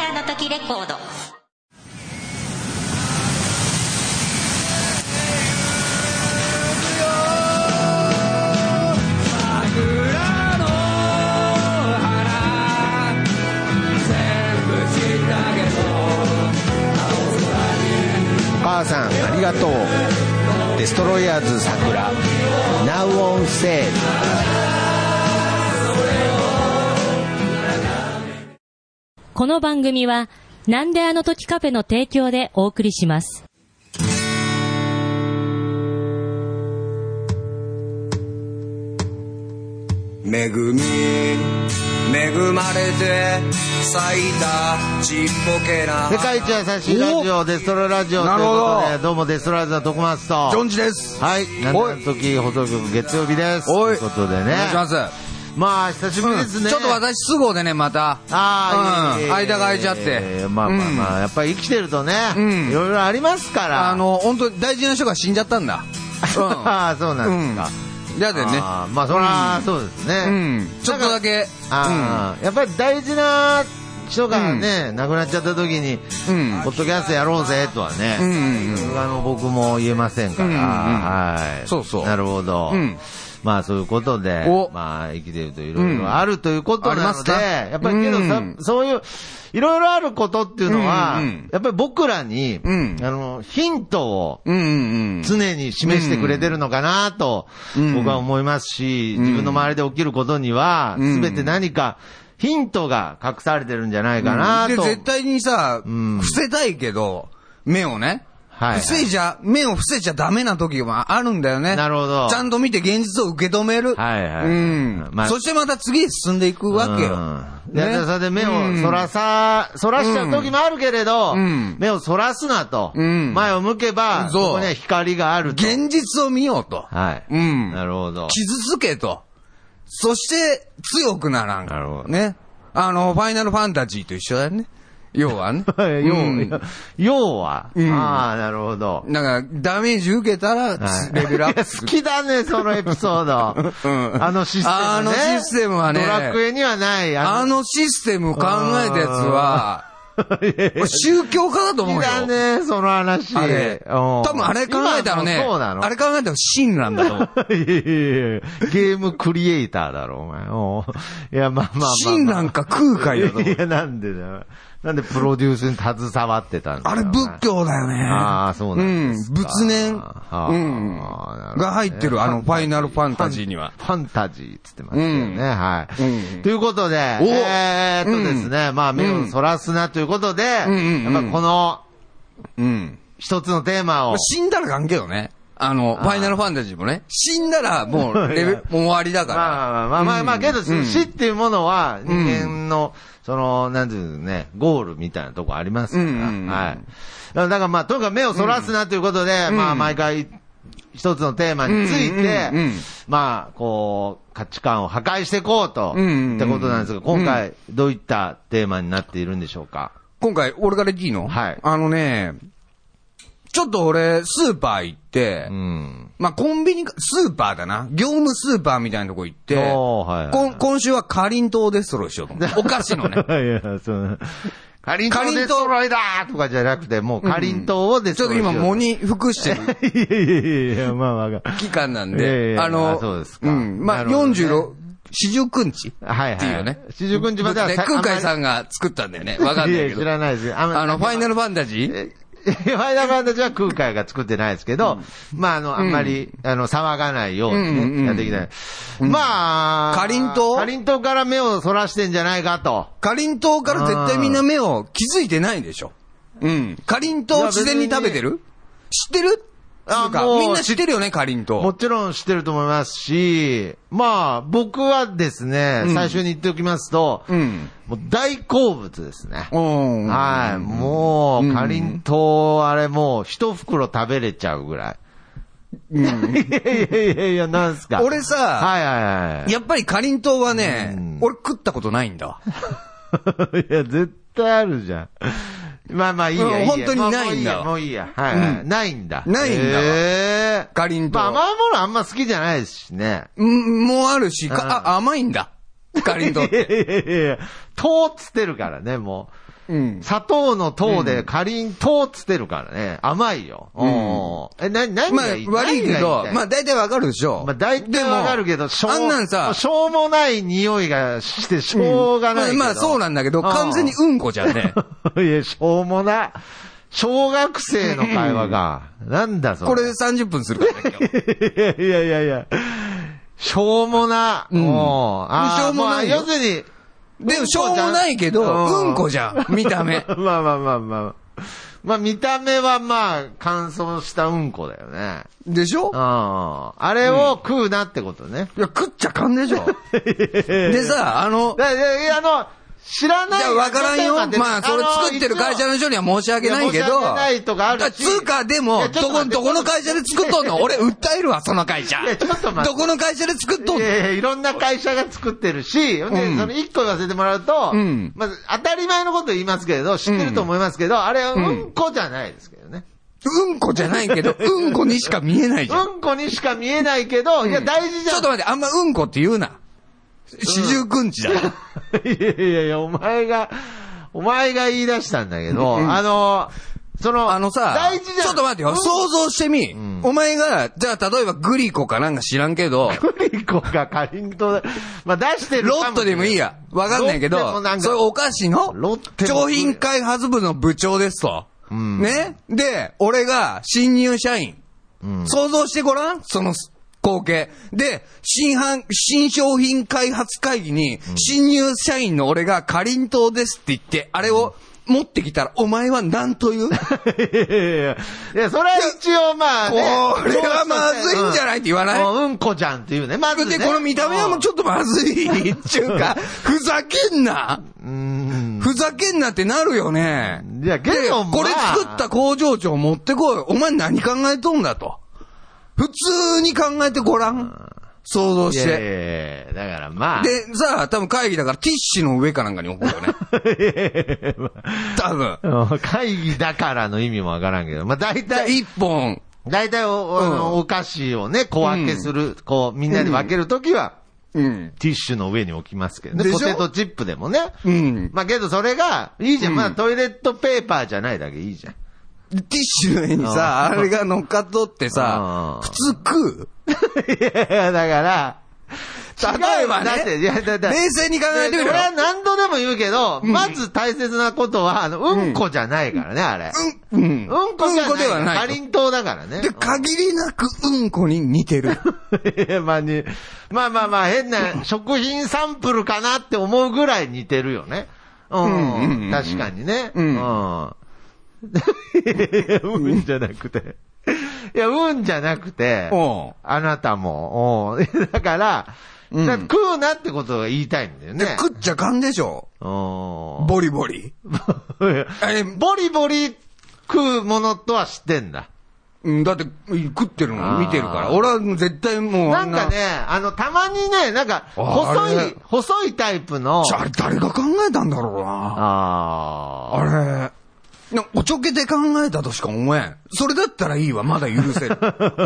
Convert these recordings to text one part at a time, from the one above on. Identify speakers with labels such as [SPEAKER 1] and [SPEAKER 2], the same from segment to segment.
[SPEAKER 1] フォード
[SPEAKER 2] ばあさんありがとうデストロイヤーズ桜 Now on sale
[SPEAKER 3] この番組は、なんであの時カフェの提供でお送りします。
[SPEAKER 4] 恵み恵まれて咲いたちっぽけな
[SPEAKER 2] 世界一優しいラジオデストロイラジオという
[SPEAKER 5] なるほど
[SPEAKER 2] ことでどうもデストロイヤーズの徳松と
[SPEAKER 5] ジョンジです。
[SPEAKER 2] はい、なんで
[SPEAKER 5] お
[SPEAKER 2] あ
[SPEAKER 5] い
[SPEAKER 2] の時放送局月曜日です。と
[SPEAKER 5] お
[SPEAKER 2] い
[SPEAKER 5] いう
[SPEAKER 2] ことでね
[SPEAKER 5] お。願いします。
[SPEAKER 2] まあ、久しぶりですね。
[SPEAKER 5] ちょっと私、すぐでね、また。
[SPEAKER 2] ああ、
[SPEAKER 5] うん
[SPEAKER 2] いえいえ
[SPEAKER 5] 間が空いちゃって
[SPEAKER 2] えーまあまあまあ、やっぱり生きてるとね、
[SPEAKER 5] うん
[SPEAKER 2] いろいろありますから。
[SPEAKER 5] あ、の、本当に大事な人が死んじゃったんだ。
[SPEAKER 2] あ あ、そうなんですか。
[SPEAKER 5] うん。だってね。
[SPEAKER 2] あーまあ、そりゃ、そうですね。
[SPEAKER 5] うん。ちょっとだけ。
[SPEAKER 2] ああ、やっぱり大事な人がね、亡くなっちゃった時に、
[SPEAKER 5] うん
[SPEAKER 2] ポッドキャストやろうぜとはね、
[SPEAKER 5] うんうんうん
[SPEAKER 2] それはあの僕も言えませんから、
[SPEAKER 5] うんうんうん
[SPEAKER 2] はい。
[SPEAKER 5] そうそう
[SPEAKER 2] なるほど。
[SPEAKER 5] うん
[SPEAKER 2] まあそういうことで
[SPEAKER 5] お、
[SPEAKER 2] まあ生きてるといろいろあるということなので、
[SPEAKER 5] うんありますか
[SPEAKER 2] やっぱりけどさ、
[SPEAKER 5] うん
[SPEAKER 2] そういう、いろいろあることっていうのは、
[SPEAKER 5] うんうん
[SPEAKER 2] やっぱり僕らに、
[SPEAKER 5] うん
[SPEAKER 2] あの、ヒントを、
[SPEAKER 5] うんうんうん。
[SPEAKER 2] 常に示してくれてるのかなと、
[SPEAKER 5] うん
[SPEAKER 2] 僕は思いますし、自分の周りで起きることには、
[SPEAKER 5] うん
[SPEAKER 2] すべて何かヒントが隠されてるんじゃないかな
[SPEAKER 5] で、
[SPEAKER 2] と。
[SPEAKER 5] 絶対にさ、
[SPEAKER 2] うん
[SPEAKER 5] 伏せたいけど、目をね。
[SPEAKER 2] はいはい
[SPEAKER 5] 伏せちゃ、目を伏せちゃダメな時もあるんだよね。
[SPEAKER 2] なるほど
[SPEAKER 5] ちゃんと見て現実を受け止める。
[SPEAKER 2] はいはいはい
[SPEAKER 5] うん。
[SPEAKER 2] まあ
[SPEAKER 5] そしてまた次へ進んでいくわけよ。
[SPEAKER 2] うんでそれで目をそらさ、そらしちゃう時もあるけれど、
[SPEAKER 5] うん
[SPEAKER 2] 目をそらすなと、
[SPEAKER 5] うん
[SPEAKER 2] 前を向けば、
[SPEAKER 5] そう
[SPEAKER 2] そこには光があると。
[SPEAKER 5] 現実を見ようと。
[SPEAKER 2] はい。
[SPEAKER 5] うん。
[SPEAKER 2] なるほど。
[SPEAKER 5] 傷つけと。そして、強くならん。
[SPEAKER 2] なるほど。
[SPEAKER 5] ね。あの、ファイナルファンタジーと一緒だよね。要はね
[SPEAKER 2] 要
[SPEAKER 5] うん
[SPEAKER 2] は、要は、
[SPEAKER 5] うん
[SPEAKER 2] ああ、なるほど。
[SPEAKER 5] なんか、ダメージ受けたら、
[SPEAKER 2] はい
[SPEAKER 5] レベルアップす
[SPEAKER 2] 好
[SPEAKER 5] る。
[SPEAKER 2] きだね、そのエピソード。
[SPEAKER 5] うん
[SPEAKER 2] あのシステムね。
[SPEAKER 5] あのシステムはね
[SPEAKER 2] ドラクエにはない。
[SPEAKER 5] あのシステムを考えたやつは、俺宗教家だと
[SPEAKER 2] 好
[SPEAKER 5] 思う
[SPEAKER 2] き
[SPEAKER 5] よ。
[SPEAKER 2] だね、その話。
[SPEAKER 5] あれ。
[SPEAKER 2] うん
[SPEAKER 5] 多分あれ考えたらね、
[SPEAKER 2] 今のそうなの
[SPEAKER 5] あれ考えたら真なんだと思う。
[SPEAKER 2] いやいやいやゲームクリエイターだろ、お前。おういや、まあまあまあまあ。
[SPEAKER 5] 真なんか空海だと思。
[SPEAKER 2] いうや、なんでだよ。なんでプロデュースに携わってたんだ
[SPEAKER 5] あ
[SPEAKER 2] よ
[SPEAKER 5] れ仏教だよね。
[SPEAKER 2] ああ、そうなんですか。
[SPEAKER 5] うん仏念
[SPEAKER 2] ああ
[SPEAKER 5] う
[SPEAKER 2] な
[SPEAKER 5] ん
[SPEAKER 2] るほどね
[SPEAKER 5] が入ってる、あの、ファイナルファンタジーには。
[SPEAKER 2] ファンタジーっつってますけどね、
[SPEAKER 5] うん
[SPEAKER 2] はい、
[SPEAKER 5] うん
[SPEAKER 2] ということで、
[SPEAKER 5] お
[SPEAKER 2] えー、っとですね、まあ目をそらすなということで、
[SPEAKER 5] んうんうん
[SPEAKER 2] やっぱこの
[SPEAKER 5] うん。
[SPEAKER 2] 一つのテーマを、
[SPEAKER 5] 死んだら関係よね。あの、ファイナルファンタジーもね。死んだらもう、レベ
[SPEAKER 2] い
[SPEAKER 5] ル
[SPEAKER 2] や、
[SPEAKER 5] もう終わりだから。
[SPEAKER 2] まあまあまあまあ、まあけど、
[SPEAKER 5] うん
[SPEAKER 2] 死っていうものは人
[SPEAKER 5] ん
[SPEAKER 2] 間の、その、なんていうのね、ゴールみたいなとこありますから、
[SPEAKER 5] うんうんうん
[SPEAKER 2] はい。だからまあ、とにかく目をそらすなということで、まあ毎回、一つのテーマについて、
[SPEAKER 5] うんうんうん
[SPEAKER 2] まあ、こう、価値観を破壊していこうと、
[SPEAKER 5] うんうんうん
[SPEAKER 2] いったことなんですが、今回、どういったテーマになっているんでしょうか。
[SPEAKER 5] 今回、俺から言っていいの
[SPEAKER 2] はい
[SPEAKER 5] あのね、ちょっと俺、スーパー行って、
[SPEAKER 2] うん。
[SPEAKER 5] まあ、コンビニか、スーパーだな。業務スーパーみたいなとこ行って、
[SPEAKER 2] おーはいはい
[SPEAKER 5] こん今週はかりんとうデストロイしようと思って。お菓子のね。
[SPEAKER 2] いや、その、かりんと
[SPEAKER 5] か
[SPEAKER 2] う
[SPEAKER 5] りんとう
[SPEAKER 2] デストロイだーとかじゃなくて、もうかりんとうをデス
[SPEAKER 5] ちょ
[SPEAKER 2] ト
[SPEAKER 5] っ
[SPEAKER 2] ロ
[SPEAKER 5] と
[SPEAKER 2] イしよ
[SPEAKER 5] 今、
[SPEAKER 2] う
[SPEAKER 5] 藻に服してる
[SPEAKER 2] いやいやいやいや、まあまあが。
[SPEAKER 5] 期間なん
[SPEAKER 2] いやいやい
[SPEAKER 5] で、
[SPEAKER 2] や
[SPEAKER 5] あの、
[SPEAKER 2] あそうですか
[SPEAKER 5] ん。ま
[SPEAKER 2] な
[SPEAKER 5] あ、
[SPEAKER 2] るほどね
[SPEAKER 5] 46、四十九日
[SPEAKER 2] はいはい。
[SPEAKER 5] っていうね。
[SPEAKER 2] 四十九日までは
[SPEAKER 5] ね
[SPEAKER 2] さ
[SPEAKER 5] 空海
[SPEAKER 2] あ
[SPEAKER 5] さ
[SPEAKER 2] ん
[SPEAKER 5] んが作ったんだよね。
[SPEAKER 2] まり
[SPEAKER 5] わかんない
[SPEAKER 2] や
[SPEAKER 5] け
[SPEAKER 2] 知
[SPEAKER 5] ど。
[SPEAKER 2] らないですよ。あ
[SPEAKER 5] あの、ファイナ
[SPEAKER 2] ル。
[SPEAKER 5] ルファンタジー
[SPEAKER 2] えファイナルファンタジーは空海が作ってないですけど、まあ、あの、あんまり、あの、騒がないよう
[SPEAKER 5] うん
[SPEAKER 2] に
[SPEAKER 5] うんう
[SPEAKER 2] ね、
[SPEAKER 5] ん
[SPEAKER 2] やってきた。まあ、
[SPEAKER 5] かりんとう
[SPEAKER 2] かりんとうから目をそらしてんじゃないかと。
[SPEAKER 5] かりんとうから絶対みんな目を気づいてないでしょ。うん。かりんとう自然に食べてる知ってる
[SPEAKER 2] あ
[SPEAKER 5] あ、
[SPEAKER 2] もう
[SPEAKER 5] みんな知ってるよね、かりんとう。
[SPEAKER 2] もちろん知ってると思いますし、まあ、僕はですね、
[SPEAKER 5] うん
[SPEAKER 2] 最初に言っておきますと、
[SPEAKER 5] うん
[SPEAKER 2] もう大好物ですね。
[SPEAKER 5] うん
[SPEAKER 2] はい。も
[SPEAKER 5] う
[SPEAKER 2] う、
[SPEAKER 5] ん
[SPEAKER 2] かりんとう、あれもう、一袋食べれちゃうぐらい。いやいやいやいや、なんすか。
[SPEAKER 5] 俺さ
[SPEAKER 2] はいはいはい。
[SPEAKER 5] やっぱりかりんとうはね、
[SPEAKER 2] うん
[SPEAKER 5] 俺食ったことないんだわ。
[SPEAKER 2] いや、絶対あるじゃん。まあまあいいや、
[SPEAKER 5] うん
[SPEAKER 2] いいや
[SPEAKER 5] 本当にないんだ
[SPEAKER 2] もういいや、もういいや。はいはい、
[SPEAKER 5] うん
[SPEAKER 2] ないんだ。
[SPEAKER 5] ないんだわ
[SPEAKER 2] へえ
[SPEAKER 5] かりんとう
[SPEAKER 2] まあ甘いものあんま好きじゃないですしね。
[SPEAKER 5] うん、もうあるし、かあ甘いんだ。かりんとうっ
[SPEAKER 2] いや
[SPEAKER 5] て。
[SPEAKER 2] いやいやいや糖っつってるからね、もう。
[SPEAKER 6] うん
[SPEAKER 2] 砂糖の糖で、かりん糖っつってるからね。甘いよ。うん。え、な、何
[SPEAKER 5] まあ
[SPEAKER 2] がいい、
[SPEAKER 5] 悪いけ
[SPEAKER 2] 何が
[SPEAKER 5] ど
[SPEAKER 2] 言いた、
[SPEAKER 5] まあ大体わかるでしょ。
[SPEAKER 2] まあ、大体わかるけど、
[SPEAKER 5] でもあんなんさ、
[SPEAKER 2] しょうもない匂いがして、しょうがないけど、
[SPEAKER 5] まあまあそうなんだけど、完全にうんこじゃ んね。
[SPEAKER 2] うん。いや、しょうもない。小学生の会話が、なんだぞ。
[SPEAKER 5] これで30分するからね、今日
[SPEAKER 2] いや いやいやいや。しょうもな。
[SPEAKER 5] ん
[SPEAKER 2] もう、あー
[SPEAKER 5] しょうもないよ
[SPEAKER 2] あ要するに、
[SPEAKER 5] でもしょうもないけど、
[SPEAKER 2] うん
[SPEAKER 5] うんこじゃん。見た目。
[SPEAKER 2] まあまあまあまあ。まあ見た目はまあ、乾燥したうんこだよね。
[SPEAKER 5] でしょ
[SPEAKER 2] うん。あれを食うなってことね。
[SPEAKER 5] いや、食っちゃかんでしょ。 でさ、あの、
[SPEAKER 2] だいやいや、あの、知らない。
[SPEAKER 5] じゃあ分からんよ。まあ、それ作ってる会社
[SPEAKER 2] の
[SPEAKER 5] の人には申し訳ないけ
[SPEAKER 2] いや申
[SPEAKER 5] ど。
[SPEAKER 2] し訳ないとかあるし
[SPEAKER 5] だらつうか、で
[SPEAKER 2] い
[SPEAKER 5] も、
[SPEAKER 2] やちょっ
[SPEAKER 5] ど
[SPEAKER 2] と待
[SPEAKER 5] こ、
[SPEAKER 2] って
[SPEAKER 5] どこの会社で作っとんの俺訴えるわ、その会社。
[SPEAKER 2] いやちょっと待って
[SPEAKER 5] どこの会社で作っとん
[SPEAKER 2] い
[SPEAKER 5] の
[SPEAKER 2] やいやいろんな会社が作ってるし、ほんで
[SPEAKER 5] うん
[SPEAKER 2] その一個言わせてもらうと、
[SPEAKER 5] うん
[SPEAKER 2] まず当たり前のこと言いますけれど、知ってると思いますけど、あれはうんこじゃないですけどね。
[SPEAKER 5] うんこじゃないけど、うんこにしか見えないじゃん。
[SPEAKER 2] うんこにしか見えないけど、いや、大事じ
[SPEAKER 5] ちょ
[SPEAKER 2] ゃ
[SPEAKER 5] っ
[SPEAKER 2] ん
[SPEAKER 5] と。待って、あんまうんこって言うな。四十九日 だ。
[SPEAKER 2] いやいやいや、お前が、お前が言い出したんだけど、あの、その、
[SPEAKER 5] あのさ、
[SPEAKER 2] 大事じゃん。
[SPEAKER 5] ちょっと待って
[SPEAKER 2] う
[SPEAKER 5] よ、
[SPEAKER 2] ん
[SPEAKER 5] 想像してみ。お前が、じゃあ例えばグリコかなんか知らんけど、
[SPEAKER 2] グリコがかりんとう、まあ出してるか
[SPEAKER 5] ロ
[SPEAKER 2] も
[SPEAKER 5] ットでもいいや。わかんないけ
[SPEAKER 2] ロッテも
[SPEAKER 5] ど
[SPEAKER 2] なん、か
[SPEAKER 5] それお菓子の
[SPEAKER 2] ロッテも
[SPEAKER 5] 商品開発部の部長ですと。ねで、俺が新入社員。想像してごらんその光景。で、新販、新商品開発会議に、新入社員の俺がかりんとうですって言って、あれを持ってきたら、お前は何 と言う
[SPEAKER 2] いやいやいやいや、それは一応まあね。
[SPEAKER 5] これはまずいんじゃないって言わない
[SPEAKER 2] うんうんこじゃんっていうね。まずね。
[SPEAKER 5] で、この見た目はもうちょっとまずいっていうか、ふざけんなふざけんなってなるよね。
[SPEAKER 2] うんいや、け
[SPEAKER 5] で
[SPEAKER 2] ど、
[SPEAKER 5] これ作
[SPEAKER 2] まあ
[SPEAKER 5] った工場長持ってこい。お前何考えとんだと。普通に考えてごらん。想像
[SPEAKER 2] い
[SPEAKER 5] し
[SPEAKER 2] やい
[SPEAKER 5] て。
[SPEAKER 2] やいや、だからまあ。
[SPEAKER 5] で、さあ、多分会議だからティッシュの上かなんかに置くよね。多分。
[SPEAKER 2] うん会議だからの意味もわからんけど、まあ大
[SPEAKER 5] じゃあ
[SPEAKER 2] 体、
[SPEAKER 5] 一本。
[SPEAKER 2] 大体お、あの
[SPEAKER 5] うん
[SPEAKER 2] お菓子をね、小分けする、こう、みんなで分けるときは、
[SPEAKER 5] うん。
[SPEAKER 2] ティッシュの上に置きますけどね。
[SPEAKER 5] でし
[SPEAKER 2] ポ
[SPEAKER 5] ょ
[SPEAKER 2] テトチップでもね。
[SPEAKER 5] うん
[SPEAKER 2] まあけどそれが、いいじゃん。
[SPEAKER 5] うん
[SPEAKER 2] まあトイレットペーパーじゃないだけいいじゃん。
[SPEAKER 5] ティッシュの上にさ、あれが乗っかっとって
[SPEAKER 2] あ、
[SPEAKER 5] さ普通食う
[SPEAKER 2] いやいや、だから、
[SPEAKER 5] 例えばね
[SPEAKER 2] だっていやだだ
[SPEAKER 5] 冷静に考えてみろ
[SPEAKER 2] 俺は何度でも言うけど、まず大切なことは、あの、うんこじゃないからね、あれ。
[SPEAKER 5] うん。うん
[SPEAKER 2] うんこじゃ
[SPEAKER 5] うんこで
[SPEAKER 2] な。
[SPEAKER 5] はいない
[SPEAKER 2] かりんとうだからね。
[SPEAKER 5] で、限りなくうんこに似 てる。
[SPEAKER 2] い やまあに、まあまあまあ、変な食品サンプルかなって思うぐらい似てるよね。うん。
[SPEAKER 5] うんうんうん
[SPEAKER 2] 確かにね。
[SPEAKER 5] うん
[SPEAKER 2] うん。 いやうんじゃなくて。いや、うんじゃなくて、
[SPEAKER 5] おう
[SPEAKER 2] あなたも、おう だから、
[SPEAKER 5] ん
[SPEAKER 2] だから食うなってことが言いたいんだよね。
[SPEAKER 5] 食っちゃかんでしょ
[SPEAKER 2] お
[SPEAKER 5] ボリボリ。
[SPEAKER 2] ー
[SPEAKER 5] え、
[SPEAKER 2] ボリボリ食うものとは知ってんだ。
[SPEAKER 5] うんだって、食ってるの見てるから。
[SPEAKER 2] あー
[SPEAKER 5] 俺は絶対もうあ
[SPEAKER 2] なんん
[SPEAKER 5] な。
[SPEAKER 2] かね、あの、たまにね、なんか、
[SPEAKER 5] あ
[SPEAKER 2] 細
[SPEAKER 5] れ
[SPEAKER 2] い、細いタイプの、
[SPEAKER 5] じゃあ、あれ誰が考えたんだろうな。
[SPEAKER 2] あ
[SPEAKER 5] あれ。なおちょけて考えたとしか思えん。それだったらいいわ、まだ許せ る。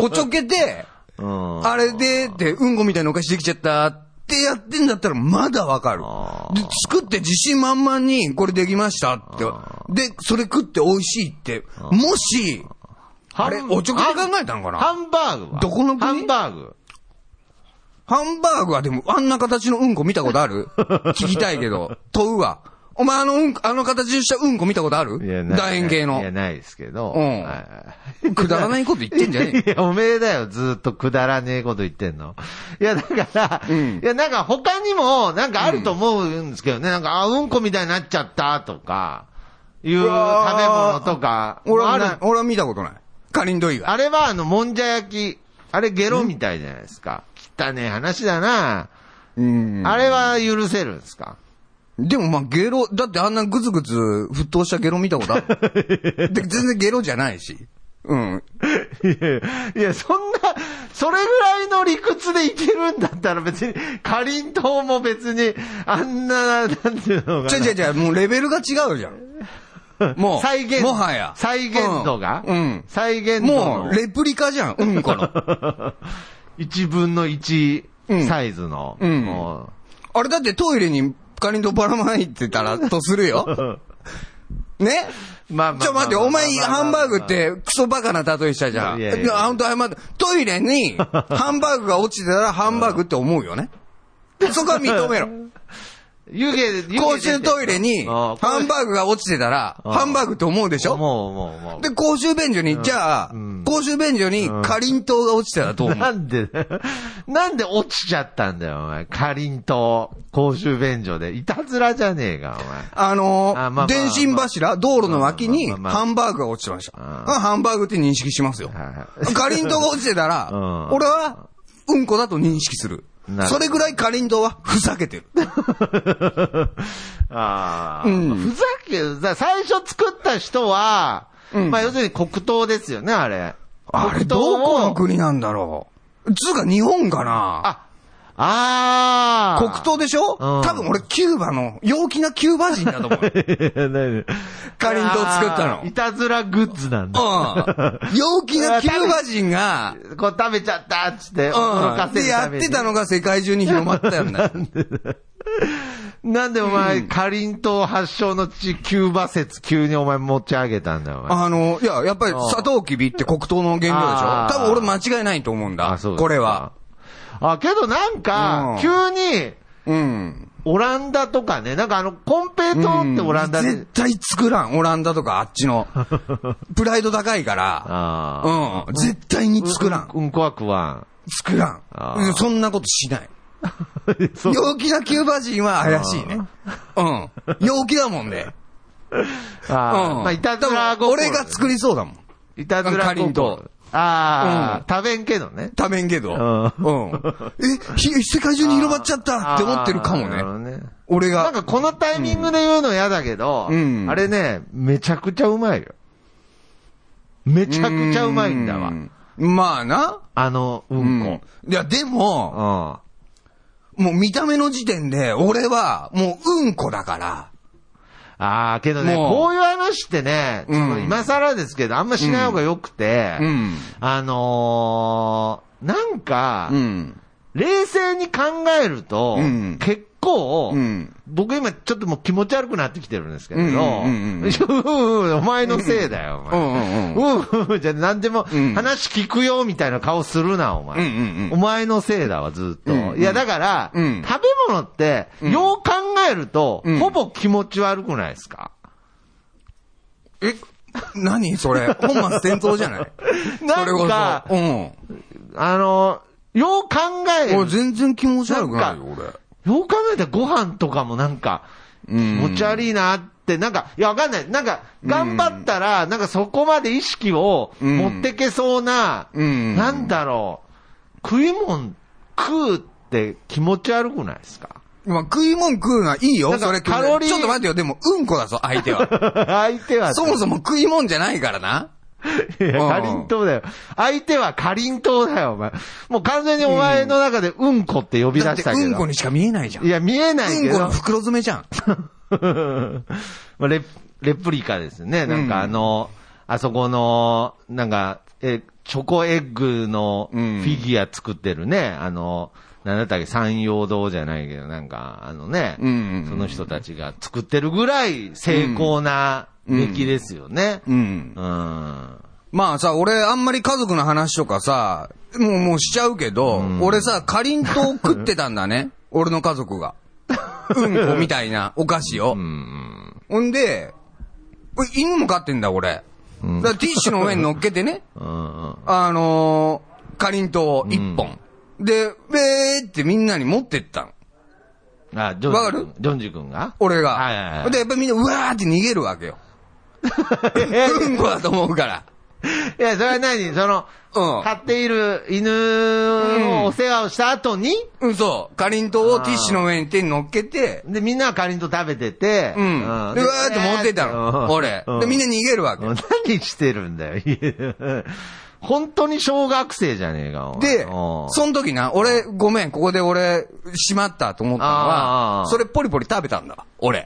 [SPEAKER 5] おちょけて、
[SPEAKER 2] あ。うん。
[SPEAKER 5] あれで、で、うんこみたいなお菓子できちゃったってやってんだったらまだわかる
[SPEAKER 2] あ。
[SPEAKER 5] で、作って自信満々にこれできましたって。で、それ食って美味しいって。もし、
[SPEAKER 2] ハン
[SPEAKER 5] あれ、おちょけて考えたんか
[SPEAKER 2] ハ
[SPEAKER 5] な
[SPEAKER 2] ンバーグは
[SPEAKER 5] どこの国
[SPEAKER 2] ハンバーグ。
[SPEAKER 5] ハンバーグはでもあんな形のうんこ見たこと ある聞きたいけど。問うわ。お前あのうんこ、あの形にしたうんこ見たことある
[SPEAKER 2] ない
[SPEAKER 5] 楕円形の
[SPEAKER 2] いや、。ないですけど。
[SPEAKER 5] うん
[SPEAKER 2] はい
[SPEAKER 5] くだらないこと言ってんじゃねえ よ
[SPEAKER 2] いや、おめえだよ、ずーっとくだらねえこと言ってんの。いや、だから、いや、なんか他にも、なんかあると思うんですけどね、なんか、あ、うんこみたいになっちゃった、とか、いう食
[SPEAKER 5] う
[SPEAKER 2] べ
[SPEAKER 5] わー
[SPEAKER 2] 物とか、
[SPEAKER 5] 俺
[SPEAKER 2] あ
[SPEAKER 5] は
[SPEAKER 2] る
[SPEAKER 5] ない、俺は見たことない。かりんどいが。
[SPEAKER 2] あれはあの、もんじゃ焼き。あれゲロみたいじゃないですか。汚ねえ話だな。
[SPEAKER 5] うん
[SPEAKER 2] あれは許せるんですか
[SPEAKER 5] でもまあゲロ、だってあんなグツグツ沸騰したゲロ見た ことある。で、全然ゲロじゃないし。うん。
[SPEAKER 2] いや、いや、そんな、それぐらいの理屈でいけるんだったら別に、かりんとうも別に、あんな、なんていうのが
[SPEAKER 5] ち
[SPEAKER 2] な。
[SPEAKER 5] ゃいちゃいちゃい、もうレベルが違うじゃん。 もう、
[SPEAKER 2] 再現、
[SPEAKER 5] もはや。
[SPEAKER 2] 再現度が、
[SPEAKER 5] うんうん
[SPEAKER 2] 再現度の
[SPEAKER 5] もう、レプリカじゃん、うんこの。
[SPEAKER 2] 1分の1
[SPEAKER 5] うん
[SPEAKER 2] サイズの、
[SPEAKER 5] うん
[SPEAKER 2] もう
[SPEAKER 5] あれだってトイレにカリンとばらまいてたらとするよ。 ね
[SPEAKER 2] まあまあまあ
[SPEAKER 5] ちょ、待って、お前、
[SPEAKER 2] まあまあまあ
[SPEAKER 5] ハンバーグって、クソバカな例えしたじゃん。
[SPEAKER 2] い
[SPEAKER 5] い
[SPEAKER 2] やいやいや
[SPEAKER 5] や、本当謝って。トイ レに、ハンバーグが落ちてたら、ハンバーグって思うよね。そこは 認めろ。
[SPEAKER 2] 湯気、湯気出て
[SPEAKER 5] 公衆トイレに、
[SPEAKER 2] あ
[SPEAKER 5] ハ
[SPEAKER 2] あ
[SPEAKER 5] ンバーグが落ちてたら、
[SPEAKER 2] うん
[SPEAKER 5] ハンバーグって思うでしょ
[SPEAKER 2] もう、もう、もう。
[SPEAKER 5] で、公衆便所に、じゃあ、公衆便所に、かりんとうが落ちてたらどう思
[SPEAKER 2] な
[SPEAKER 5] うん
[SPEAKER 2] で、なんで落ちちゃったんだよ、お前。かりんとう、公衆便所で。いたずらじゃねえか、お前。
[SPEAKER 5] あの
[SPEAKER 2] あまあまあ
[SPEAKER 5] ー、電信柱、道路の脇に、
[SPEAKER 2] まあまあまあ
[SPEAKER 5] ハンバーグが落ちてました。
[SPEAKER 2] あ
[SPEAKER 5] あハンバーグって認識しますよ
[SPEAKER 2] はい。
[SPEAKER 5] かりんとうが落ちてた ら
[SPEAKER 2] うん、
[SPEAKER 5] 俺は、うんこだと認識する
[SPEAKER 2] なる。ほど
[SPEAKER 5] それぐらいかりんとうは、ふざけてる。
[SPEAKER 2] ああ、
[SPEAKER 5] うん
[SPEAKER 2] ふざけ、だ最初作った人は、まあ要するに黒糖ですよね、あれ。
[SPEAKER 5] あ
[SPEAKER 2] 黒
[SPEAKER 5] れ、
[SPEAKER 2] 糖を
[SPEAKER 5] どこの国なんだろう。つうか、日本かな
[SPEAKER 2] あ、あ
[SPEAKER 5] 黒
[SPEAKER 2] あ。
[SPEAKER 5] 糖でしょ
[SPEAKER 2] うん
[SPEAKER 5] 多分俺、キューバの、陽気なキューバ人だ と思 う。
[SPEAKER 2] 何
[SPEAKER 5] かりんとう作ったの
[SPEAKER 2] あーいたずらグッズなんだ。
[SPEAKER 5] うん。陽気なキューバ人が、
[SPEAKER 2] こう食べちゃったっつって、驚か
[SPEAKER 5] うん。
[SPEAKER 2] せ
[SPEAKER 5] で、
[SPEAKER 2] る
[SPEAKER 5] や
[SPEAKER 2] た
[SPEAKER 5] っ
[SPEAKER 2] めに
[SPEAKER 5] てたのが世界中に広まったんだ よ。
[SPEAKER 2] なんでお前、かりんとう発祥の地、キューバ説急にお前持ち上げたんだよ、お前。
[SPEAKER 5] あの、いや、やっぱり
[SPEAKER 2] ん
[SPEAKER 5] サトウキビって黒糖の原料でし
[SPEAKER 2] あー
[SPEAKER 5] ょ多分俺間違いないと思うんだ。
[SPEAKER 2] あそうですか
[SPEAKER 5] これは。
[SPEAKER 2] あ、けどなん
[SPEAKER 5] う
[SPEAKER 2] か
[SPEAKER 5] ん、
[SPEAKER 2] 急に、
[SPEAKER 5] うん。
[SPEAKER 2] オランダとかね、なんかあの、コンペイトーってオランダ
[SPEAKER 5] う
[SPEAKER 2] で、
[SPEAKER 5] ん絶対作らん。オランダとかあっ ちの。プライド高いから。
[SPEAKER 2] ああ。
[SPEAKER 5] うん。絶対に作らん。
[SPEAKER 2] うんうんこは食わ
[SPEAKER 5] 作らん
[SPEAKER 2] あー
[SPEAKER 5] うん。そんなことしない。
[SPEAKER 2] ん。 そう
[SPEAKER 5] 陽気なキューバ人は怪しいね。うん。陽気だもんね。うん。
[SPEAKER 2] あーまあ、いたずら
[SPEAKER 5] 多分
[SPEAKER 2] 心。
[SPEAKER 5] 俺が作りそうだもん。
[SPEAKER 2] いたずら
[SPEAKER 5] かりんと
[SPEAKER 2] 心。ああ、食べんけどね。
[SPEAKER 5] 食べんけど。
[SPEAKER 2] うん
[SPEAKER 5] うん。え、ひ世界中に広まっちゃったって思ってるかも
[SPEAKER 2] あーなるほど
[SPEAKER 5] ね。
[SPEAKER 2] ね。
[SPEAKER 5] 俺が。
[SPEAKER 2] なんかこのタイミングで言うの嫌だけど、
[SPEAKER 5] うん
[SPEAKER 2] あれね、めちゃくちゃうまいよ。めちゃくちゃうまいんだわ
[SPEAKER 5] う。ん。まあな。
[SPEAKER 2] あの、う
[SPEAKER 5] うん
[SPEAKER 2] こ。
[SPEAKER 5] いや、で
[SPEAKER 2] う
[SPEAKER 5] も、
[SPEAKER 2] ん。
[SPEAKER 5] もう見た目の時点で、俺は、もううんこだから。
[SPEAKER 2] ああ、けどね、
[SPEAKER 5] もう
[SPEAKER 2] こういう話ってね、ちょっと
[SPEAKER 5] うん
[SPEAKER 2] 今更ですけど、あんましない方が良くて、
[SPEAKER 5] うん。
[SPEAKER 2] あのー、なんか、
[SPEAKER 5] うん。
[SPEAKER 2] 冷静に考えると、
[SPEAKER 5] うん
[SPEAKER 2] 結構、
[SPEAKER 5] うん
[SPEAKER 2] 僕今ちょっともう気持ち悪くなってきてるんですけれど、う
[SPEAKER 5] うんん
[SPEAKER 2] う
[SPEAKER 5] う
[SPEAKER 2] ん
[SPEAKER 5] んうんうん
[SPEAKER 2] うんお前のせいだよ、お
[SPEAKER 5] う
[SPEAKER 2] 前。
[SPEAKER 5] んうんうん。
[SPEAKER 2] うんうんじゃあ何でも
[SPEAKER 5] うん
[SPEAKER 2] 話聞くよみたいな顔するな、お前。
[SPEAKER 5] うんうんうん
[SPEAKER 2] お前のせいだわ、ずっと。
[SPEAKER 5] うんうん
[SPEAKER 2] いや、だから、
[SPEAKER 5] うん
[SPEAKER 2] 食べ物って、
[SPEAKER 5] ん
[SPEAKER 2] よう考えると、
[SPEAKER 5] うん
[SPEAKER 2] ほぼ気持ち悪くないですか
[SPEAKER 5] え、何それ。本末転倒じゃない
[SPEAKER 2] な
[SPEAKER 5] それこ
[SPEAKER 2] んか、
[SPEAKER 5] そ。うん。
[SPEAKER 2] あの、よう考え
[SPEAKER 5] 俺
[SPEAKER 2] る。
[SPEAKER 5] 全然気持ち悪くないよ、
[SPEAKER 2] な
[SPEAKER 5] 俺。
[SPEAKER 2] よう考えたらご飯とかもなんか、気
[SPEAKER 5] ん
[SPEAKER 2] 持ち悪いなって、なんか、いや、わかんない。なんか、頑張ったら、なんかそこまで意識を
[SPEAKER 5] うん
[SPEAKER 2] 持ってけそうな、
[SPEAKER 5] うん
[SPEAKER 2] なんだろう、食いもん食うって気持ち悪くないですか
[SPEAKER 5] まあ、食いもん食うのはいい
[SPEAKER 2] な
[SPEAKER 5] よ、
[SPEAKER 2] んか
[SPEAKER 5] それ
[SPEAKER 2] カロリー
[SPEAKER 5] ちょっと待ってよ、でも、うんこだぞ、相手 は。
[SPEAKER 2] 相手は、
[SPEAKER 5] そもそも食いもんじゃないからな。
[SPEAKER 2] いや、
[SPEAKER 5] うん
[SPEAKER 2] かりんとうだよ。相手はかりんとうだよ、お前。もう完全にお前の中でうんこって呼び出
[SPEAKER 5] だっ、
[SPEAKER 2] してたけど。
[SPEAKER 5] うんこにしか見えないじゃん。
[SPEAKER 2] いや、見えないけ
[SPEAKER 5] うんこ
[SPEAKER 2] ど。
[SPEAKER 5] の袋詰めじゃん。
[SPEAKER 2] まあレレプリカですね。なんか
[SPEAKER 5] うん
[SPEAKER 2] あの、あそこの、なんか、え、チョコエッグのフ
[SPEAKER 5] うん
[SPEAKER 2] ィギュア作ってるね。あの、なんだったっけ、山陽堂じゃないけど、なんか、あのね、
[SPEAKER 5] うんうんうん
[SPEAKER 2] その人たちが作ってるぐらい精巧な出来ですよね。
[SPEAKER 5] う
[SPEAKER 2] うん
[SPEAKER 5] ん。
[SPEAKER 2] うん
[SPEAKER 5] まあさ、俺あんまり家族の話とかさ、もう、もうしちゃうけど、俺さ、かりんとう食ってたんだね。 俺の家族が。うんこみたい なお菓子を。ほんで、これ犬も飼ってんだ、俺。だからティッシュの上に乗っけて ね、
[SPEAKER 2] うん
[SPEAKER 5] あのー、かりんとう一本。で、べーってみんなに持ってったの。
[SPEAKER 2] あ、ジョ
[SPEAKER 5] わ
[SPEAKER 2] ン
[SPEAKER 5] か
[SPEAKER 2] ジ
[SPEAKER 5] る
[SPEAKER 2] 君。ジョンジ君が
[SPEAKER 5] 俺が。
[SPEAKER 2] はいはいはい
[SPEAKER 5] で、やっぱりみんな、うわーって逃げるわけよ。 うんこだと思うから。
[SPEAKER 2] いや、それは何その、
[SPEAKER 5] うん
[SPEAKER 2] 飼っている犬のお世話をした後に、
[SPEAKER 5] うん、そう。かりんとうをティッシュの上に手に乗っけて、
[SPEAKER 2] で、みんなはかりんと食べてて、
[SPEAKER 5] うん。で、わ
[SPEAKER 2] で
[SPEAKER 5] ーって持ってた
[SPEAKER 2] う
[SPEAKER 5] の。
[SPEAKER 2] ん
[SPEAKER 5] 俺
[SPEAKER 2] う。
[SPEAKER 5] で、みんな逃げるわけ
[SPEAKER 2] う。ん何してるんだよ、 家本当に小学生じゃねえか、お前
[SPEAKER 5] で、
[SPEAKER 2] うん
[SPEAKER 5] その時な、俺、ごめん、ここで俺、しまったと思ったの
[SPEAKER 2] あー
[SPEAKER 5] は、それポリポリ食べたんだわ、俺。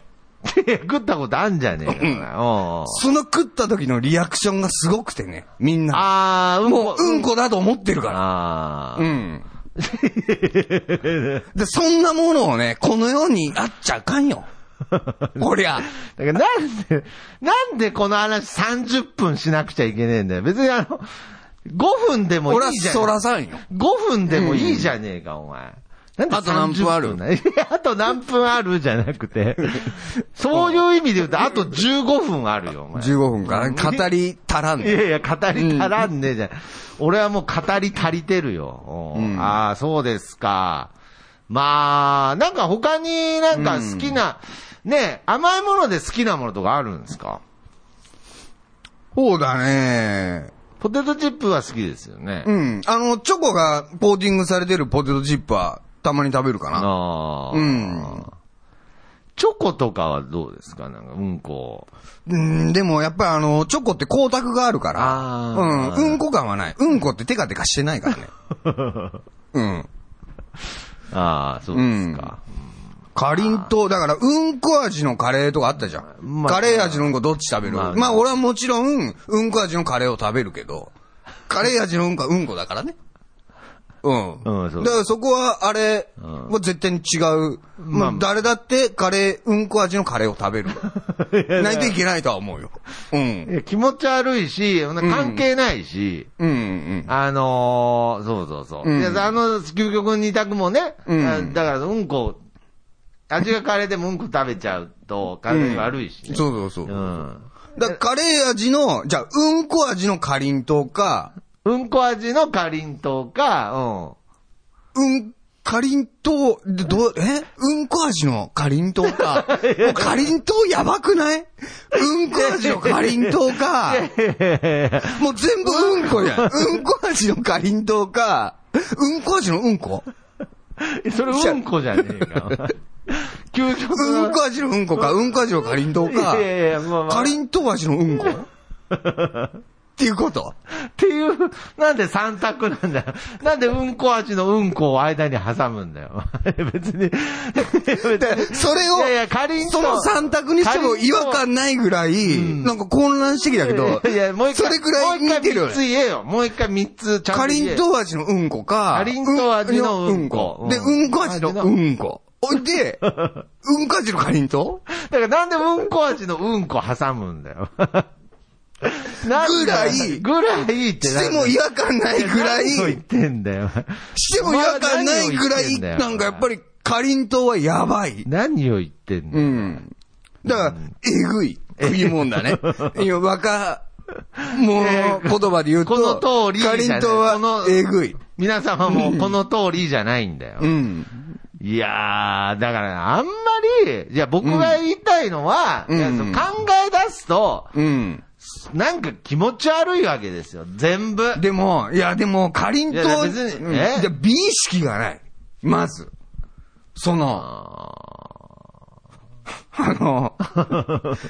[SPEAKER 2] いや 食ったことあんじゃねえかお前、うん
[SPEAKER 5] その食った時のリアクションがすごくてね、みんな。
[SPEAKER 2] あー、うん
[SPEAKER 5] もう、うん
[SPEAKER 2] こ。
[SPEAKER 5] こだと思ってるから。
[SPEAKER 2] あ
[SPEAKER 5] う
[SPEAKER 2] ー
[SPEAKER 5] ん。で、そんなものをね、この世にあっちゃあかんよ。こりゃ。
[SPEAKER 2] だからなんで、なんでこの話30分しなくちゃいけねえんだよ。別にあの、5分でも
[SPEAKER 5] 俺
[SPEAKER 2] い
[SPEAKER 5] はい
[SPEAKER 2] じゃん。
[SPEAKER 5] そらさんよ。
[SPEAKER 2] 5分でもいいじゃねえか、お前。なんで
[SPEAKER 5] あと何分ある
[SPEAKER 2] 30ない やあと何分あるじゃなく て、そういう意味で言うと、あと15分あるよ、お前。
[SPEAKER 5] 15分かな。語り足らん
[SPEAKER 2] い
[SPEAKER 5] ね。
[SPEAKER 2] やいや、語り足らんねえじゃん。俺はもう語り足りてるよ。うんああ、そうですか。まあ、なんか他になんか好きな、ねえ甘いもので好きなものとかあるんですか
[SPEAKER 5] そうだね。
[SPEAKER 2] ポテトチップは好きですよね。
[SPEAKER 5] うん。あの、チョコがコーティングされてるポテトチップは、たまに食べるかな。
[SPEAKER 2] ああ。
[SPEAKER 5] うん
[SPEAKER 2] チョコとかはどうですかなんか、うんこ。
[SPEAKER 5] うん、でもやっぱりあの、チョコって光沢があるから、
[SPEAKER 2] あー
[SPEAKER 5] うん、うんこ感はない。うんこってテカテカしてな いからね。うん。
[SPEAKER 2] ああ、そうですか。
[SPEAKER 5] かりんとう、だから、うんこ味のカレーとかあったじゃん。
[SPEAKER 2] まあ
[SPEAKER 5] カレー味のうんこどっち食べる、
[SPEAKER 2] まあ
[SPEAKER 5] まあ俺はもちろん、うんこ味のカレーを食べるけど、カレー味のうんこはうんこだからね。うん。
[SPEAKER 2] うんそう
[SPEAKER 5] だからそこは、あれ、は絶対に違う。まあ、誰だってカレー、うんこ味のカレーを食 べる。ないといけないとは思うよ。うん。
[SPEAKER 2] いや気持ち悪いし、そんな関係ないし、
[SPEAKER 5] うん、うん。
[SPEAKER 2] あのー、そうそうそう。
[SPEAKER 5] うん
[SPEAKER 2] いやあの、究極二択もね、
[SPEAKER 5] うん
[SPEAKER 2] あだから、うんこ、味がカレーでもうんこ食べちゃうと、体に悪いしね。
[SPEAKER 5] そうそうそ
[SPEAKER 2] う
[SPEAKER 5] う。
[SPEAKER 2] ん。
[SPEAKER 5] だからカレー味の、じゃあ、うんこ味のかりんとうか、
[SPEAKER 2] うんこ味のかりんとうか、
[SPEAKER 5] うん、かりんとう、でどう、えうんこ味のかりんと うか。もうかりんとうやばくないうんこ味のかりんとうか。もう全部うんこやん。うんこ味のかりんとうか。うんこ味のうんこ
[SPEAKER 2] うん。それうんこじゃねえ か。究極の
[SPEAKER 5] うんこ味のうんこか。うんこ味のかりんとうか
[SPEAKER 2] い。やいやいや、まあまあ
[SPEAKER 5] かりんとう味のうんこっていうこと
[SPEAKER 2] っていう、なんで三択なんだよ。なんでうんこ味のうんこを間に挟むんだよ。 別 に。別に
[SPEAKER 5] それを
[SPEAKER 2] いやいや、かりんと
[SPEAKER 5] その三択にしても違和感ないぐらい、なんか混乱してきたけど、
[SPEAKER 2] いや、もう一回。
[SPEAKER 5] それぐらい似てる
[SPEAKER 2] もう一回三
[SPEAKER 5] よね
[SPEAKER 2] つ言えよ。もう一回三つちゃんと
[SPEAKER 5] かり
[SPEAKER 2] 言え
[SPEAKER 5] んとう味のうんこか。
[SPEAKER 2] かりんとう味のうんこ
[SPEAKER 5] うんで、
[SPEAKER 2] うん
[SPEAKER 5] うんこ味のうんこ。おいで、うんこ味のかりんとう
[SPEAKER 2] だからなんでうんこ味のうんこ挟むんだよ。 なんだよぐらいって
[SPEAKER 5] し
[SPEAKER 2] なんだよ
[SPEAKER 5] ても違和感ないぐらい、
[SPEAKER 2] 何を言っ
[SPEAKER 5] して
[SPEAKER 2] んだよ。
[SPEAKER 5] ても違和感ないぐらい、
[SPEAKER 2] お前は何を言ってんだよ
[SPEAKER 5] なんかやっぱりかりんとうはやばい。
[SPEAKER 2] 何を言ってんだ
[SPEAKER 5] う
[SPEAKER 2] よ。
[SPEAKER 5] ん。だから、えぐい食い物だね。いや、若、もう
[SPEAKER 2] えー
[SPEAKER 5] 言葉で言うと、
[SPEAKER 2] この通りじゃ
[SPEAKER 5] か
[SPEAKER 2] ない
[SPEAKER 5] りんとう
[SPEAKER 2] この
[SPEAKER 5] はえぐい。
[SPEAKER 2] 皆様もこの通りじゃないんだよ。
[SPEAKER 5] うん。
[SPEAKER 2] いやー、だからあんまり、いや僕が言いたいのは、
[SPEAKER 5] うん
[SPEAKER 2] いやその考え出すと、
[SPEAKER 5] うん。
[SPEAKER 2] なんか気持ち悪いわけですよ。全部。
[SPEAKER 5] でも、いや、でも、かりんとう、
[SPEAKER 2] いや別に
[SPEAKER 5] うんい
[SPEAKER 2] え
[SPEAKER 5] や美意識がない。まず。その、あ の、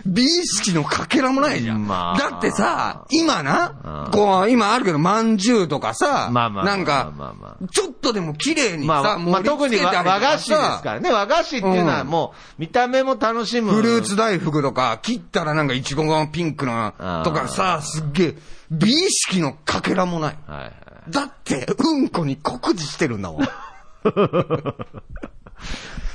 [SPEAKER 5] 美意識のかけらもないじゃん。
[SPEAKER 2] まあ
[SPEAKER 5] だってさ、今な
[SPEAKER 2] う、ん
[SPEAKER 5] こう、今あるけど、まんじゅうとかさ、
[SPEAKER 2] まあまあまあ
[SPEAKER 5] なんか
[SPEAKER 2] まあま、
[SPEAKER 5] ちょっとでも綺麗に
[SPEAKER 2] まあ、
[SPEAKER 5] さ、
[SPEAKER 2] まあ、
[SPEAKER 5] 盛
[SPEAKER 2] 特に
[SPEAKER 5] り付け
[SPEAKER 2] 和
[SPEAKER 5] てあ
[SPEAKER 2] 和
[SPEAKER 5] げ
[SPEAKER 2] 菓
[SPEAKER 5] た
[SPEAKER 2] 子ですからね。和菓子っていうのはもう、見た目も楽しむ。
[SPEAKER 5] フルーツ大福とか、切ったらなんかイチゴがピンクな
[SPEAKER 2] あ、ー
[SPEAKER 5] とかさ、すっげえ、美意識のかけらもない。
[SPEAKER 2] はいはい。
[SPEAKER 5] だって、うんこに酷似してるんだ もん。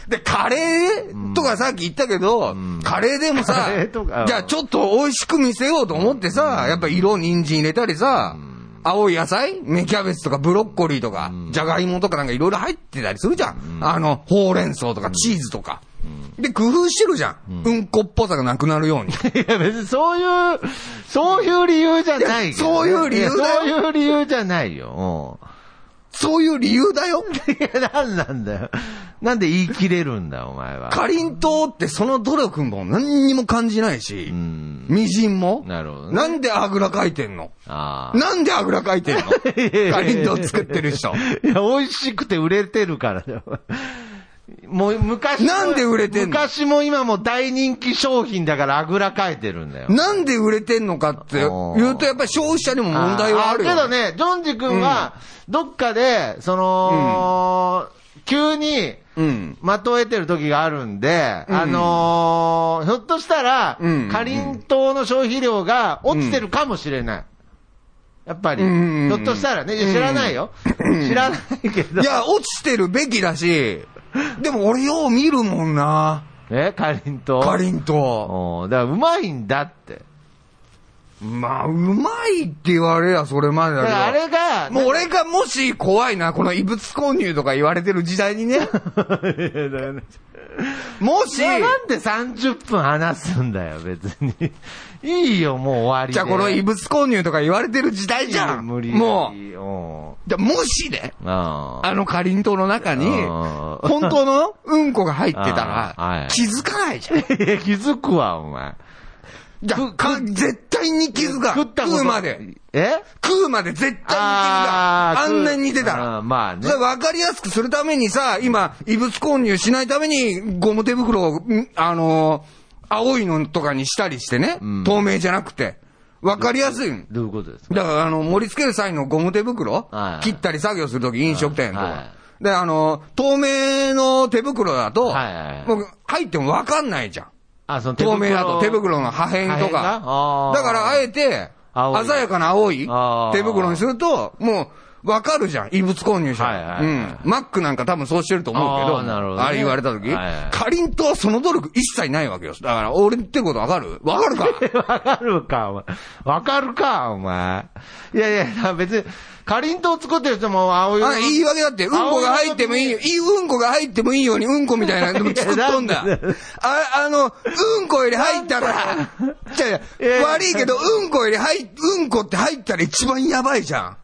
[SPEAKER 5] で、カレーとかさっき言ったけど、カレーでもさ
[SPEAKER 2] カレーとかう、ん
[SPEAKER 5] じゃあちょっと美味しく見せようと思ってさ、やっぱ色人参入れたりさ、青い野菜芽キャベツとかブロッコリーとか、じゃがいもとかなんかいろいろ入ってたりするじゃん。あの、ほうれん草とかチーズとか。で、工夫してるじゃん。うんこっぽさがなくなるよう に。
[SPEAKER 2] い や、別にそういう、そういう理由じゃないけどね
[SPEAKER 5] いや そういう理由だよ
[SPEAKER 2] いやそういう理由じゃないよ。
[SPEAKER 5] そういう理由だよ。
[SPEAKER 2] うんいや、なんなんだよ。なんで言い切れるんだ、お前は。
[SPEAKER 5] かりんとうってその努力も何にも感じないし、みじんも。
[SPEAKER 2] なるほどね
[SPEAKER 5] なんであぐらかいてんの
[SPEAKER 2] ああ。
[SPEAKER 5] なんであぐらかいてん のかりんとう作ってる人。
[SPEAKER 2] いや、美味しくて売れてるからだよ。もう昔も
[SPEAKER 5] なんで売れてんの
[SPEAKER 2] 昔も今も大人気商品だからあぐらかいてるんだよ。
[SPEAKER 5] なんで売れてんのかって言うと、やっぱり消費者にも問題はあるよ。
[SPEAKER 2] ーけど。ね、ジョンジ君は、どっかで、その、急に、
[SPEAKER 5] うん。
[SPEAKER 2] まとえてる時があるんで、あのーひょっとしたら
[SPEAKER 5] うん、
[SPEAKER 2] かりんとうの消費量が落ちてるかもしれない。やっぱり。ひ
[SPEAKER 5] うんうんうん
[SPEAKER 2] ょっとしたらね、いや知らないよ。知らないけど。
[SPEAKER 5] いや、落ちてるべきだし、でも俺よう見るもんな、
[SPEAKER 2] ね、かりんとう。
[SPEAKER 5] かりんと
[SPEAKER 2] うんだからうまいんだって。
[SPEAKER 5] う。まあ、うまいって言われりゃそれまでだ
[SPEAKER 2] だ
[SPEAKER 5] け
[SPEAKER 2] か
[SPEAKER 5] ど。
[SPEAKER 2] らあれが、
[SPEAKER 5] もう俺がもし怖いな、この異物混入とか言われてる時代に ね。もし、
[SPEAKER 2] いやなんで30分話すんだよ、別に。 いいよ、もう終わりで。
[SPEAKER 5] じゃあこの異物混入とか言われてる時代じゃん。
[SPEAKER 2] 無理
[SPEAKER 5] もう、
[SPEAKER 2] う。
[SPEAKER 5] じゃあもしね、
[SPEAKER 2] うん。あ
[SPEAKER 5] あのかりんとうの中に、
[SPEAKER 2] うん
[SPEAKER 5] 本当のうんこが入って た
[SPEAKER 2] あは
[SPEAKER 5] ら
[SPEAKER 2] い、
[SPEAKER 5] 気づかないじゃん。
[SPEAKER 2] ーいや気づくわ、お前。
[SPEAKER 5] じゃあか絶対に気づかん。
[SPEAKER 2] 食ったこと
[SPEAKER 5] うまで。。
[SPEAKER 2] え
[SPEAKER 5] 食うまで絶対に気づかん。
[SPEAKER 2] あー
[SPEAKER 5] あんなに似てた
[SPEAKER 2] あ
[SPEAKER 5] ら
[SPEAKER 2] ー。まあね
[SPEAKER 5] それ分かりやすくするためにさ、今、異物混入しないために、ゴム手袋を、んあのー青いのとかにしたりしてね、
[SPEAKER 2] ん
[SPEAKER 5] 透明じゃなくて。分かりやすい。
[SPEAKER 2] どういうことですか
[SPEAKER 5] だから、あの、盛り付ける際のゴム手袋、
[SPEAKER 2] はい
[SPEAKER 5] 切ったり作業するとき、飲食店とか。
[SPEAKER 2] はいは
[SPEAKER 5] で、あの、透明の手袋だと、
[SPEAKER 2] はいはいはい
[SPEAKER 5] もう入っても分かんないじゃん。
[SPEAKER 2] あ、その
[SPEAKER 5] 透明だと手袋の破片
[SPEAKER 2] 破
[SPEAKER 5] と
[SPEAKER 2] 片があ
[SPEAKER 5] か
[SPEAKER 2] ー。
[SPEAKER 5] だからあえて、
[SPEAKER 2] 青い
[SPEAKER 5] 鮮やかな青い
[SPEAKER 2] あー
[SPEAKER 5] 手袋にすると、もう、わかるじゃん。異物購入者。
[SPEAKER 2] はいはいはい
[SPEAKER 5] うん。マックなんか多分そうしてると思うけど、
[SPEAKER 2] あーなるほどね
[SPEAKER 5] あれ言われた時、
[SPEAKER 2] はいはい
[SPEAKER 5] かりんとはその努力一切ないわけよ。だから、俺言ってることわかるわかるか
[SPEAKER 2] わかるか、お前。わかるか、お前。いやいや、別に、かりんとう作ってる人も青色の
[SPEAKER 5] あ言い訳だって、うんこが入ってもいいよ。いいうんこが入ってもいいように、うんこみたいなのも作っとんだ。
[SPEAKER 2] いやなんで
[SPEAKER 5] あ、あの、うんこより入ったら、じゃ
[SPEAKER 2] いやいや
[SPEAKER 5] 悪いけど、うんこより入っ、うんこって入ったら一番やばいじゃん。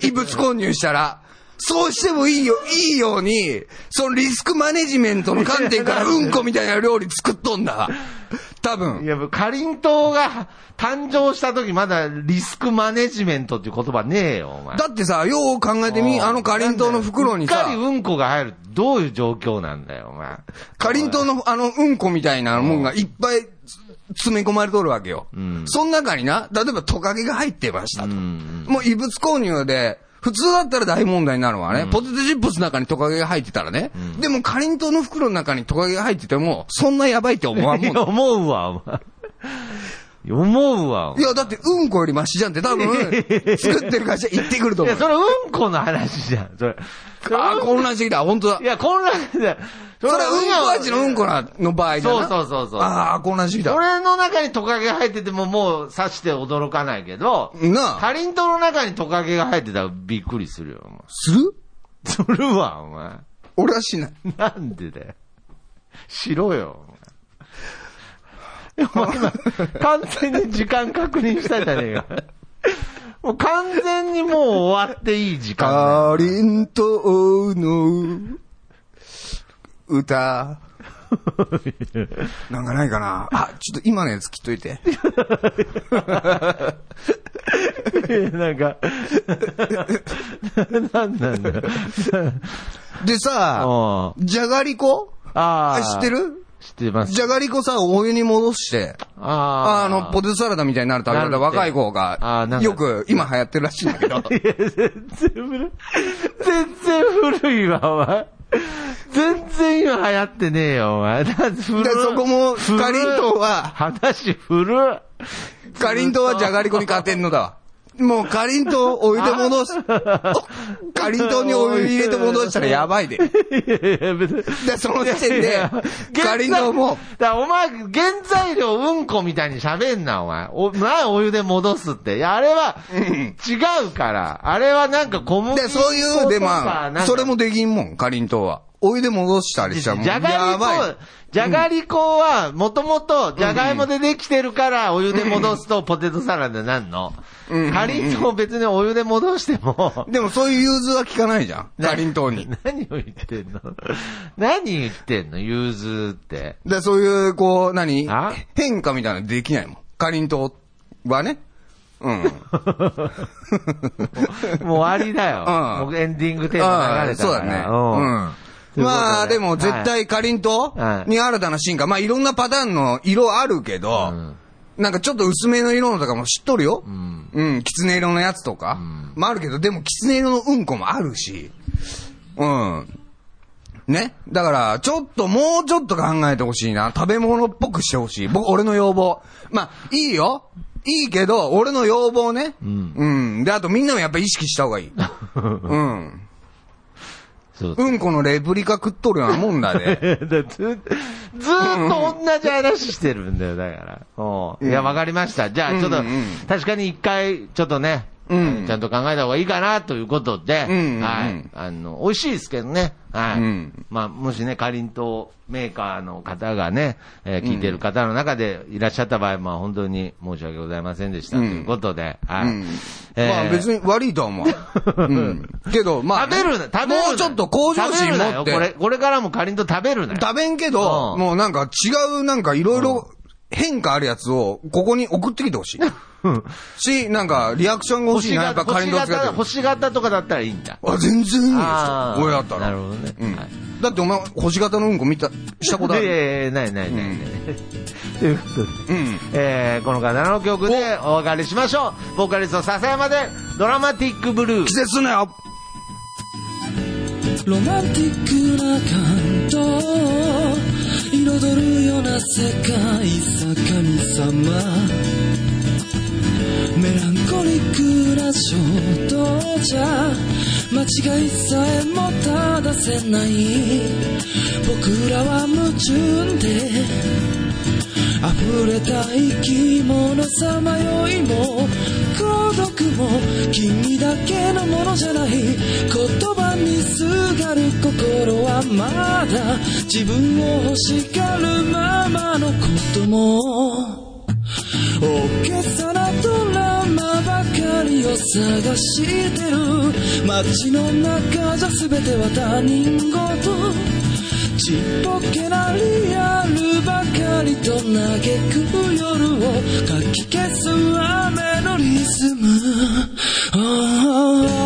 [SPEAKER 5] 異物混入したら。そうしてもいいよ、いいように、そのリスクマネジメントの観点 からうんこみたいな料理作っとんだ。多
[SPEAKER 2] い
[SPEAKER 5] 分。
[SPEAKER 2] や、かりんとうが誕生した時まだリスクマネジメントっていう言葉ねえよ、お前。
[SPEAKER 5] だってさ、よう考えてみ、あのかりんとうの袋に
[SPEAKER 2] うっ
[SPEAKER 5] さ
[SPEAKER 2] かり、うんこが入る。どういう状況なんだよ、お前。
[SPEAKER 5] かりんとうの、あの、うんこみたいなもんがいっぱいつ詰め込まれとるわけよ。その中にな、例えばトカゲが入ってましたと。もう異物購入で、普通だったら大問題になるわね。ポテトチップスの中にトカゲが入ってたらね。でも、かりんとうの袋の中にトカゲが入ってても、そんなやばいって思わん
[SPEAKER 2] い
[SPEAKER 5] もん
[SPEAKER 2] や
[SPEAKER 5] だ。
[SPEAKER 2] 思うわ、お前。思うわ、お
[SPEAKER 5] い
[SPEAKER 2] 前。
[SPEAKER 5] や、だって、うんこよりマシじゃんって 多分、作ってる会社行ってくると
[SPEAKER 2] い
[SPEAKER 5] 思
[SPEAKER 2] や、
[SPEAKER 5] う。
[SPEAKER 2] それうんこの話じゃん、それ。それ
[SPEAKER 5] ああ、混乱してきた。本当だ
[SPEAKER 2] い。や、混乱だよ。そ
[SPEAKER 5] それはうんこ味のうんこなの場合じゃな
[SPEAKER 2] そうそうそうそう
[SPEAKER 5] ああ、混乱してきた。
[SPEAKER 2] 俺の中にトカゲが入っててももう刺して驚かないけど、
[SPEAKER 5] なあ
[SPEAKER 2] かりんとうの中にトカゲが入ってたらびっくりするよ、お前。
[SPEAKER 5] する
[SPEAKER 2] するわ、お前。
[SPEAKER 5] 俺はしない。
[SPEAKER 2] なんでだよ。しろよ。お前今、完全に時間確認したじゃねえか。もう完全にもう終わっていい時間だよ。
[SPEAKER 5] かりんとうの 歌。なんかないかなあ、ちょっと今のやつ切っといて。
[SPEAKER 2] なんか、なんなんだよ。
[SPEAKER 5] で
[SPEAKER 2] お
[SPEAKER 5] さ、じゃがりこ
[SPEAKER 2] あ
[SPEAKER 5] あ
[SPEAKER 2] あ。
[SPEAKER 5] 知ってる
[SPEAKER 2] 知ってます。
[SPEAKER 5] じゃがりこさ、お湯に戻して、
[SPEAKER 2] あ
[SPEAKER 5] あ
[SPEAKER 2] ー
[SPEAKER 5] の、ポテトサラダみたいになる食べ方、
[SPEAKER 2] なるって
[SPEAKER 5] 若い子
[SPEAKER 2] あーなん
[SPEAKER 5] が、
[SPEAKER 2] か
[SPEAKER 5] よく今流行ってるらしいん だけ
[SPEAKER 2] い
[SPEAKER 5] ど。
[SPEAKER 2] や、全然古い。全然古いわ、お前。全然今流行ってねえよ、お前。だ古い
[SPEAKER 5] でそこも
[SPEAKER 2] 古い
[SPEAKER 5] かりんとうは
[SPEAKER 2] 話古い。
[SPEAKER 5] かりんとうはじゃがりこに勝てんのだわ。もうかりんとうお湯で 戻す。かりんとうにお湯入れて戻したらやばいで。
[SPEAKER 2] いやいや、別に。
[SPEAKER 5] で、その時点
[SPEAKER 2] いやい
[SPEAKER 5] で
[SPEAKER 2] や、
[SPEAKER 5] かりんとうも、
[SPEAKER 2] だからお前、原材料うんこみたいに喋んな、お前。お、な、お湯で戻すって。いや、あれは、違うから。あれはなんか小麦
[SPEAKER 5] で、そう
[SPEAKER 2] 粉
[SPEAKER 5] い
[SPEAKER 2] と
[SPEAKER 5] う、で、
[SPEAKER 2] か
[SPEAKER 5] ま
[SPEAKER 2] なん
[SPEAKER 5] あ、
[SPEAKER 2] か
[SPEAKER 5] それもできんもん、かりんとうは。お湯で戻したりし
[SPEAKER 2] じ
[SPEAKER 5] た
[SPEAKER 2] ゃ
[SPEAKER 5] らもう、
[SPEAKER 2] がり
[SPEAKER 5] やばい
[SPEAKER 2] こ。、じゃがりこは、もともと、じゃがいもでできてるから、お湯で戻すとポテトサラダなんの。かりんとう別にお湯で戻しても、
[SPEAKER 5] でもそういう融通は効かないじゃん、かりんとうに。
[SPEAKER 2] 何を言ってんの何言ってんの融通って。
[SPEAKER 5] で、そういう、こう、何
[SPEAKER 2] あ
[SPEAKER 5] 変化みたいなのできないもん。かりんとうはね。 うん。
[SPEAKER 2] もう終わりだよ。
[SPEAKER 5] うん
[SPEAKER 2] もうエンディングテーマ
[SPEAKER 5] あ
[SPEAKER 2] 流
[SPEAKER 5] あ
[SPEAKER 2] れた
[SPEAKER 5] そう
[SPEAKER 2] か
[SPEAKER 5] だね。
[SPEAKER 2] ら。
[SPEAKER 5] うん。まあ、でも絶
[SPEAKER 2] はい
[SPEAKER 5] 対かりんと
[SPEAKER 2] は
[SPEAKER 5] う
[SPEAKER 2] い
[SPEAKER 5] に新たな進化。まあ、いろんなパターンの色あるけど、なんかちょっと薄めの色のとかも知っとるよ。うん。きつね色のやつとか。もあるけど、でもきつね色のうんこもあるし。うん。ね。だから、ちょっと、もうちょっと考えてほしいな。食べ物っぽくしてほしい。僕、俺の要望。まあ、いいよ。いいけど、俺の要望ね。うん。で、あとみんなもやっぱ意識した方がいい。うん。
[SPEAKER 2] そう
[SPEAKER 5] うんこのレプリカ食っとるようなもんだ
[SPEAKER 2] だ
[SPEAKER 5] で。
[SPEAKER 2] ずずーっと同じ話してるんだよ、だから。おういや、わかりました。じゃあ、ちょっと、
[SPEAKER 5] うんうん
[SPEAKER 2] 確かに一回、ちょっとね、
[SPEAKER 5] うん
[SPEAKER 2] ちゃんと考えた方がいいかな、ということで、
[SPEAKER 5] うんうんうん
[SPEAKER 2] はい。あの、美味しいですけどね、はい。
[SPEAKER 5] うん
[SPEAKER 2] まあ、もしね、かりんとうメーカーの方がね、えー聞いてる方の中でいらっしゃった場合、まあ、本当に申し訳ございませんでした、ということで、は
[SPEAKER 5] う
[SPEAKER 2] い。
[SPEAKER 5] ん。
[SPEAKER 2] えー
[SPEAKER 5] まあ別に悪いとは思う。うん。けど、まあね、
[SPEAKER 2] 食べるな、食べるな
[SPEAKER 5] もうちょっと向上
[SPEAKER 2] 食べ
[SPEAKER 5] 心
[SPEAKER 2] るな
[SPEAKER 5] 持
[SPEAKER 2] よ
[SPEAKER 5] って。
[SPEAKER 2] これ、これからもかりんとう食べるなよ。
[SPEAKER 5] 食べんけど、
[SPEAKER 2] うん
[SPEAKER 5] もうなんか違う、なんかいろいろ変化あるやつを、ここに送ってきてほしい。し、なんか、リアクションが欲しいな、やっぱカリンド使ってる。
[SPEAKER 2] 星型とかだったらいいんだ。
[SPEAKER 5] あ、全然いいですよ。
[SPEAKER 2] あー
[SPEAKER 5] 俺だった
[SPEAKER 2] なる
[SPEAKER 5] ら。
[SPEAKER 2] ほどね。
[SPEAKER 5] うん
[SPEAKER 2] はい
[SPEAKER 5] だってお前、星型のうんこ見た、したことあ
[SPEAKER 2] いや
[SPEAKER 5] る
[SPEAKER 2] いやいやないないないない。ということで、
[SPEAKER 5] うん。
[SPEAKER 2] えーこの方の曲でお別れしましょう。ボーカリスト笹山で、ドラマティックブルー
[SPEAKER 5] 季。節ね、あ
[SPEAKER 7] ロマンティックな感動を彩るような世界さ神様メランコリックな衝動じゃ間違いさえも正せない僕らは矛盾で溢れた生き物さまよいも孤独も君だけのものじゃない言葉にすがる心はまだ自分を欲しがるままのことも大げさなドラマばかりを探してる街の中じゃ全ては他人事ちっぽけなリアルばかりと嘆く夜をかき消す雨のリズムああ